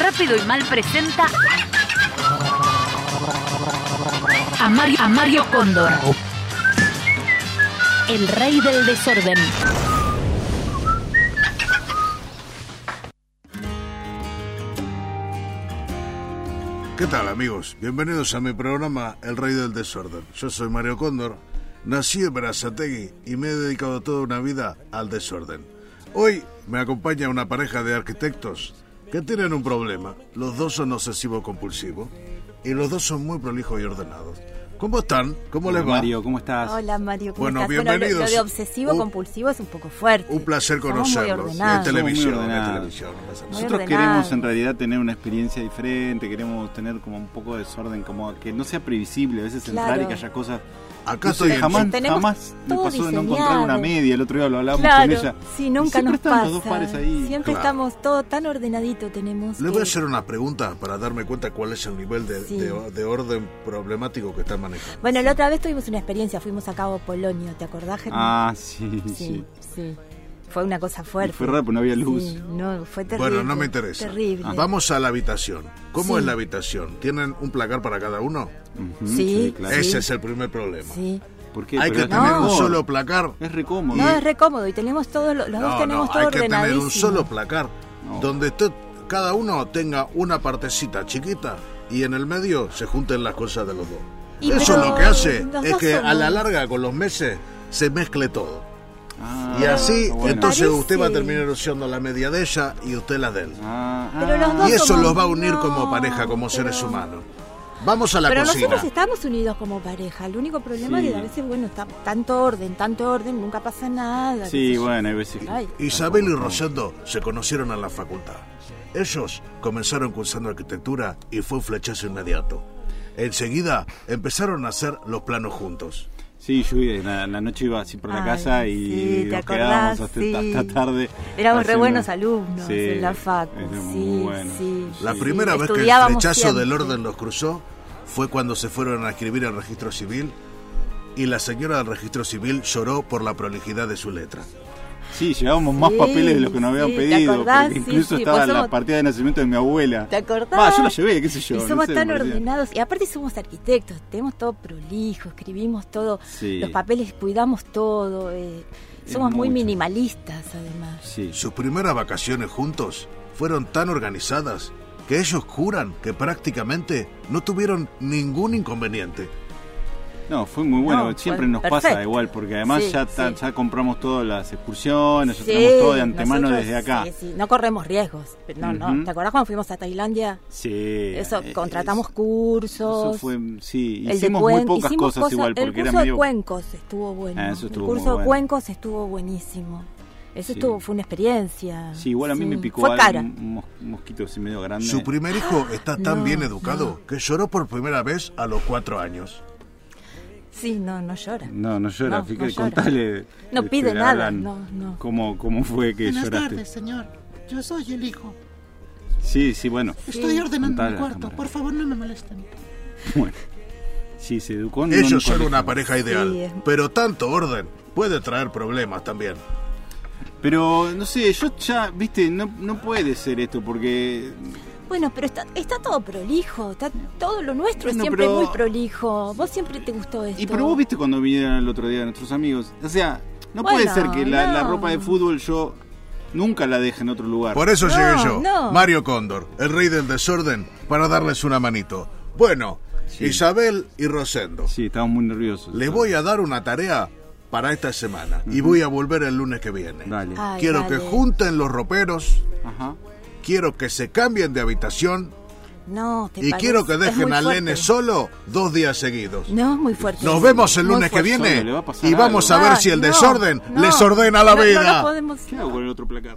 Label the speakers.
Speaker 1: Rápido y Mal presenta a Mario, a Mario Cóndor, el rey del desorden.
Speaker 2: ¿Qué tal amigos? Bienvenidos a mi programa El Rey del Desorden. Yo soy Mario Cóndor, nací en Berazategui y me he dedicado toda una vida al desorden. Hoy me acompaña una pareja de arquitectos que tienen un problema. Los dos son obsesivo compulsivos y los dos son muy prolijos y ordenados. ¿Cómo están? ¿Cómo
Speaker 3: Hola,
Speaker 2: les va?
Speaker 3: Mario, ¿cómo estás?
Speaker 4: Hola Mario, ¿cómo
Speaker 2: Bueno,
Speaker 4: estás?
Speaker 2: bienvenidos.
Speaker 4: lo, lo de obsesivo
Speaker 2: Un-
Speaker 4: compulsivo es un poco fuerte.
Speaker 2: Un placer
Speaker 4: Somos Muy
Speaker 2: conocerlos. Este En
Speaker 4: ordenados.
Speaker 2: televisión,
Speaker 3: Somos muy
Speaker 2: en
Speaker 3: ordenados.
Speaker 2: televisión. no pasa nada.
Speaker 3: Nosotros
Speaker 4: ordenado.
Speaker 3: queremos en realidad tener una experiencia diferente, queremos tener como un poco de desorden, como que no sea previsible, a veces entrar y
Speaker 4: Claro.
Speaker 3: que haya cosas.
Speaker 2: Acá
Speaker 3: no sé,
Speaker 2: estoy en
Speaker 3: jamás,
Speaker 4: Tenemos
Speaker 3: jamás me
Speaker 4: todo
Speaker 3: pasó de no encontrar
Speaker 4: diseñado.
Speaker 3: una media, el otro día lo hablábamos con
Speaker 4: Claro,
Speaker 3: ella.
Speaker 4: sí,
Speaker 3: Y
Speaker 4: nunca
Speaker 3: siempre
Speaker 4: nos
Speaker 3: están
Speaker 4: pasa.
Speaker 3: los dos pares ahí.
Speaker 4: Siempre
Speaker 2: Claro.
Speaker 4: estamos todo tan ordenadito tenemos.
Speaker 2: Les
Speaker 4: que-
Speaker 2: voy a hacer una pregunta para darme cuenta cuál es el nivel de,
Speaker 4: Sí.
Speaker 2: de- de orden problemático que están manejando.
Speaker 4: Bueno, la otra vez tuvimos una experiencia, fuimos a Cabo Polonio, ¿te acordás, Germán?
Speaker 3: Ah, sí, sí.
Speaker 4: sí, sí. Fue una cosa fuerte.
Speaker 3: Y fue raro, porque no había luz.
Speaker 4: Sí, no, fue terrible.
Speaker 2: Bueno, no me interesa. Ah,
Speaker 4: Terrible.
Speaker 2: Vamos a la habitación. ¿Cómo
Speaker 4: Sí.
Speaker 2: es la habitación? ¿Tienen un placar para cada uno?
Speaker 3: Ujú,
Speaker 4: Sí,
Speaker 3: claro.
Speaker 2: Ese es el primer problema.
Speaker 4: Sí.
Speaker 3: ¿Por qué?
Speaker 2: Hay
Speaker 3: Pero
Speaker 2: que
Speaker 3: es
Speaker 2: tener un
Speaker 3: mejor.
Speaker 2: solo placar.
Speaker 3: Es recómodo.
Speaker 4: No, es re cómodo y tenemos todo, lo- los dos
Speaker 2: No,
Speaker 4: tenemos
Speaker 2: no,
Speaker 4: todo
Speaker 2: hay que tener un
Speaker 4: ordenadísimo.
Speaker 2: solo placar
Speaker 3: No.
Speaker 2: donde to- cada uno tenga una partecita chiquita y en el medio se junten las cosas de los dos.
Speaker 4: Y
Speaker 2: Eso
Speaker 4: pero
Speaker 2: lo que hace
Speaker 4: los
Speaker 2: es
Speaker 4: dos
Speaker 2: que a la
Speaker 4: somos-
Speaker 2: larga, con los meses, se mezcle todo.
Speaker 3: Ah,
Speaker 2: Y así,
Speaker 3: bueno.
Speaker 2: entonces usted va a
Speaker 4: Parece.
Speaker 2: terminar usando la media de ella y usted la de él.
Speaker 3: Ah, ah.
Speaker 4: Pero los dos
Speaker 2: Y eso
Speaker 4: somos-
Speaker 2: los va a unir
Speaker 4: no,
Speaker 2: como pareja, como seres
Speaker 4: pero-
Speaker 2: humanos. Vamos a la
Speaker 4: Pero
Speaker 2: cocina.
Speaker 4: nosotros estamos unidos como pareja. El único problema
Speaker 3: Sí.
Speaker 4: es que a veces, bueno, está tanto orden, tanto orden, nunca pasa nada. qué
Speaker 3: Sí,
Speaker 4: sé yo.
Speaker 3: bueno, hay veces. que-
Speaker 4: Ay.
Speaker 2: Isabel y Rosendo se conocieron en la facultad. Ellos comenzaron cursando arquitectura y fue un flechazo inmediato. Enseguida empezaron a hacer los planos juntos.
Speaker 3: Sí, yo iba- la, la noche iba así por la
Speaker 4: Ay,
Speaker 3: casa y
Speaker 4: sí, te
Speaker 3: nos
Speaker 4: acordás,
Speaker 3: quedábamos hasta,
Speaker 4: sí.
Speaker 3: hasta tarde.
Speaker 4: Éramos re
Speaker 3: haciendo-
Speaker 4: buenos alumnos
Speaker 3: Sí,
Speaker 4: en la facu.
Speaker 3: éramos
Speaker 4: sí,
Speaker 3: muy buenos.
Speaker 4: sí.
Speaker 2: La
Speaker 4: sí.
Speaker 2: primera vez que el
Speaker 4: Estudiábamos
Speaker 2: flechazo
Speaker 4: siempre.
Speaker 2: del orden los cruzó fue cuando se fueron a escribir al registro civil y la señora del registro civil lloró por la prolijidad de su letra.
Speaker 3: Sí, llevábamos más
Speaker 4: Sí,
Speaker 3: papeles de los que nos habían
Speaker 4: sí, ¿te
Speaker 3: pedido.
Speaker 4: acordás?
Speaker 3: porque
Speaker 4: Sí,
Speaker 3: incluso
Speaker 4: sí,
Speaker 3: estaba
Speaker 4: pues
Speaker 3: la
Speaker 4: somos-
Speaker 3: partida de nacimiento de mi abuela.
Speaker 4: ¿Te acordás?
Speaker 3: Ah, yo la llevé, qué sé yo.
Speaker 4: y
Speaker 3: no
Speaker 4: somos
Speaker 3: sé,
Speaker 4: tan
Speaker 3: me parecía.
Speaker 4: ordenados. Y aparte somos arquitectos, tenemos todo prolijo, escribimos todo,
Speaker 3: Sí.
Speaker 4: los papeles cuidamos todo. eh,
Speaker 3: Es
Speaker 4: Somos muy
Speaker 3: mucho.
Speaker 4: minimalistas, además.
Speaker 3: Sí.
Speaker 2: Sus primeras vacaciones juntos fueron tan organizadas que ellos juran que prácticamente no tuvieron ningún inconveniente.
Speaker 3: No, fue muy bueno.
Speaker 4: No, fue
Speaker 3: Siempre nos pasa
Speaker 4: perfecto.
Speaker 3: igual, porque además
Speaker 4: Sí,
Speaker 3: ya, ta-
Speaker 4: sí.
Speaker 3: ya compramos todas las excursiones, ya tenemos todo de antemano
Speaker 4: nosotros,
Speaker 3: desde acá.
Speaker 4: sí, sí, no corremos riesgos. No,
Speaker 3: Ujú.
Speaker 4: no. ¿Te acordás cuando fuimos a Tailandia?
Speaker 3: Sí.
Speaker 4: Eso,
Speaker 3: eh,
Speaker 4: contratamos
Speaker 3: es-
Speaker 4: cursos.
Speaker 3: Eso fue, sí,
Speaker 4: el de
Speaker 3: hicimos muy
Speaker 4: cuen-
Speaker 3: pocas
Speaker 4: hicimos
Speaker 3: cosas, igual,
Speaker 4: El
Speaker 3: porque
Speaker 4: curso
Speaker 3: era medio.
Speaker 4: de cuencos estuvo bueno.
Speaker 3: Ah, eso estuvo
Speaker 4: el curso
Speaker 3: muy bueno.
Speaker 4: de cuencos estuvo buenísimo. Eso
Speaker 3: Sí.
Speaker 4: estuvo, fue una experiencia.
Speaker 3: Sí, igual a mí
Speaker 4: Sí.
Speaker 3: me picó
Speaker 4: Fue
Speaker 3: algo,
Speaker 4: cara.
Speaker 3: un mos- mosquito así medio grande.
Speaker 2: Su primer hijo está tan
Speaker 4: No,
Speaker 2: bien educado que lloró por primera vez a los cuatro años.
Speaker 4: Sí, no, no llora.
Speaker 3: No, no llora,
Speaker 4: No,
Speaker 3: fíjate,
Speaker 4: no llora.
Speaker 3: contale.
Speaker 4: No
Speaker 3: este,
Speaker 4: pide nada,
Speaker 3: Alan,
Speaker 4: no, no.
Speaker 3: ¿Cómo, cómo fue que
Speaker 5: Buenas
Speaker 3: lloraste?
Speaker 5: tardes, señor. Yo soy el hijo.
Speaker 3: Sí, sí, bueno.
Speaker 5: Estoy ordenando
Speaker 3: Contale a
Speaker 5: mi
Speaker 3: la
Speaker 5: cuarto.
Speaker 3: cámara.
Speaker 5: Por favor, no me molesten.
Speaker 3: Bueno. Sí, se educó en un
Speaker 2: Ellos son
Speaker 3: colegio.
Speaker 2: una pareja ideal,
Speaker 4: Sí, es-
Speaker 2: pero tanto orden puede traer problemas también.
Speaker 3: Pero, no sé, yo ya, viste, no, no puede ser esto porque...
Speaker 4: Bueno, pero está, está todo prolijo. Está todo lo nuestro es
Speaker 3: Bueno,
Speaker 4: siempre
Speaker 3: pero-
Speaker 4: muy prolijo. Vos siempre te gustó esto.
Speaker 3: Y pero vos viste cuando vinieron el otro día nuestros amigos. O sea, no
Speaker 4: Bueno,
Speaker 3: puede ser que la, la
Speaker 4: no.
Speaker 3: ropa de fútbol yo nunca la deje en otro lugar.
Speaker 2: Por eso
Speaker 4: No,
Speaker 2: llegué yo,
Speaker 4: no.
Speaker 2: Mario Cóndor, el rey del desorden, para darles una manito. Bueno, Isabel y Rosendo,
Speaker 3: Sí, estábamos muy nerviosos.
Speaker 2: les voy a dar una tarea para esta semana y voy a volver el lunes que viene.
Speaker 3: Dale.
Speaker 4: Ay,
Speaker 2: quiero
Speaker 4: dale.
Speaker 2: que junten los roperos,
Speaker 3: Ajá.
Speaker 2: quiero que se cambien de habitación
Speaker 4: No, te
Speaker 2: y
Speaker 4: parece-
Speaker 2: quiero que
Speaker 4: es
Speaker 2: dejen
Speaker 4: muy
Speaker 2: a
Speaker 4: fuerte.
Speaker 2: Lene solo dos días seguidos.
Speaker 4: No, es muy fuerte.
Speaker 2: Nos vemos el
Speaker 4: Muy
Speaker 2: lunes que
Speaker 4: fuerte.
Speaker 2: viene
Speaker 3: Solo le va a pasar
Speaker 2: y vamos
Speaker 3: algo.
Speaker 2: a ver
Speaker 4: Ah,
Speaker 2: si el
Speaker 4: no,
Speaker 2: desorden
Speaker 4: no,
Speaker 2: les ordena la
Speaker 4: no, no
Speaker 2: vida.
Speaker 4: lo podemos-
Speaker 3: ¿Qué hago con el otro placar?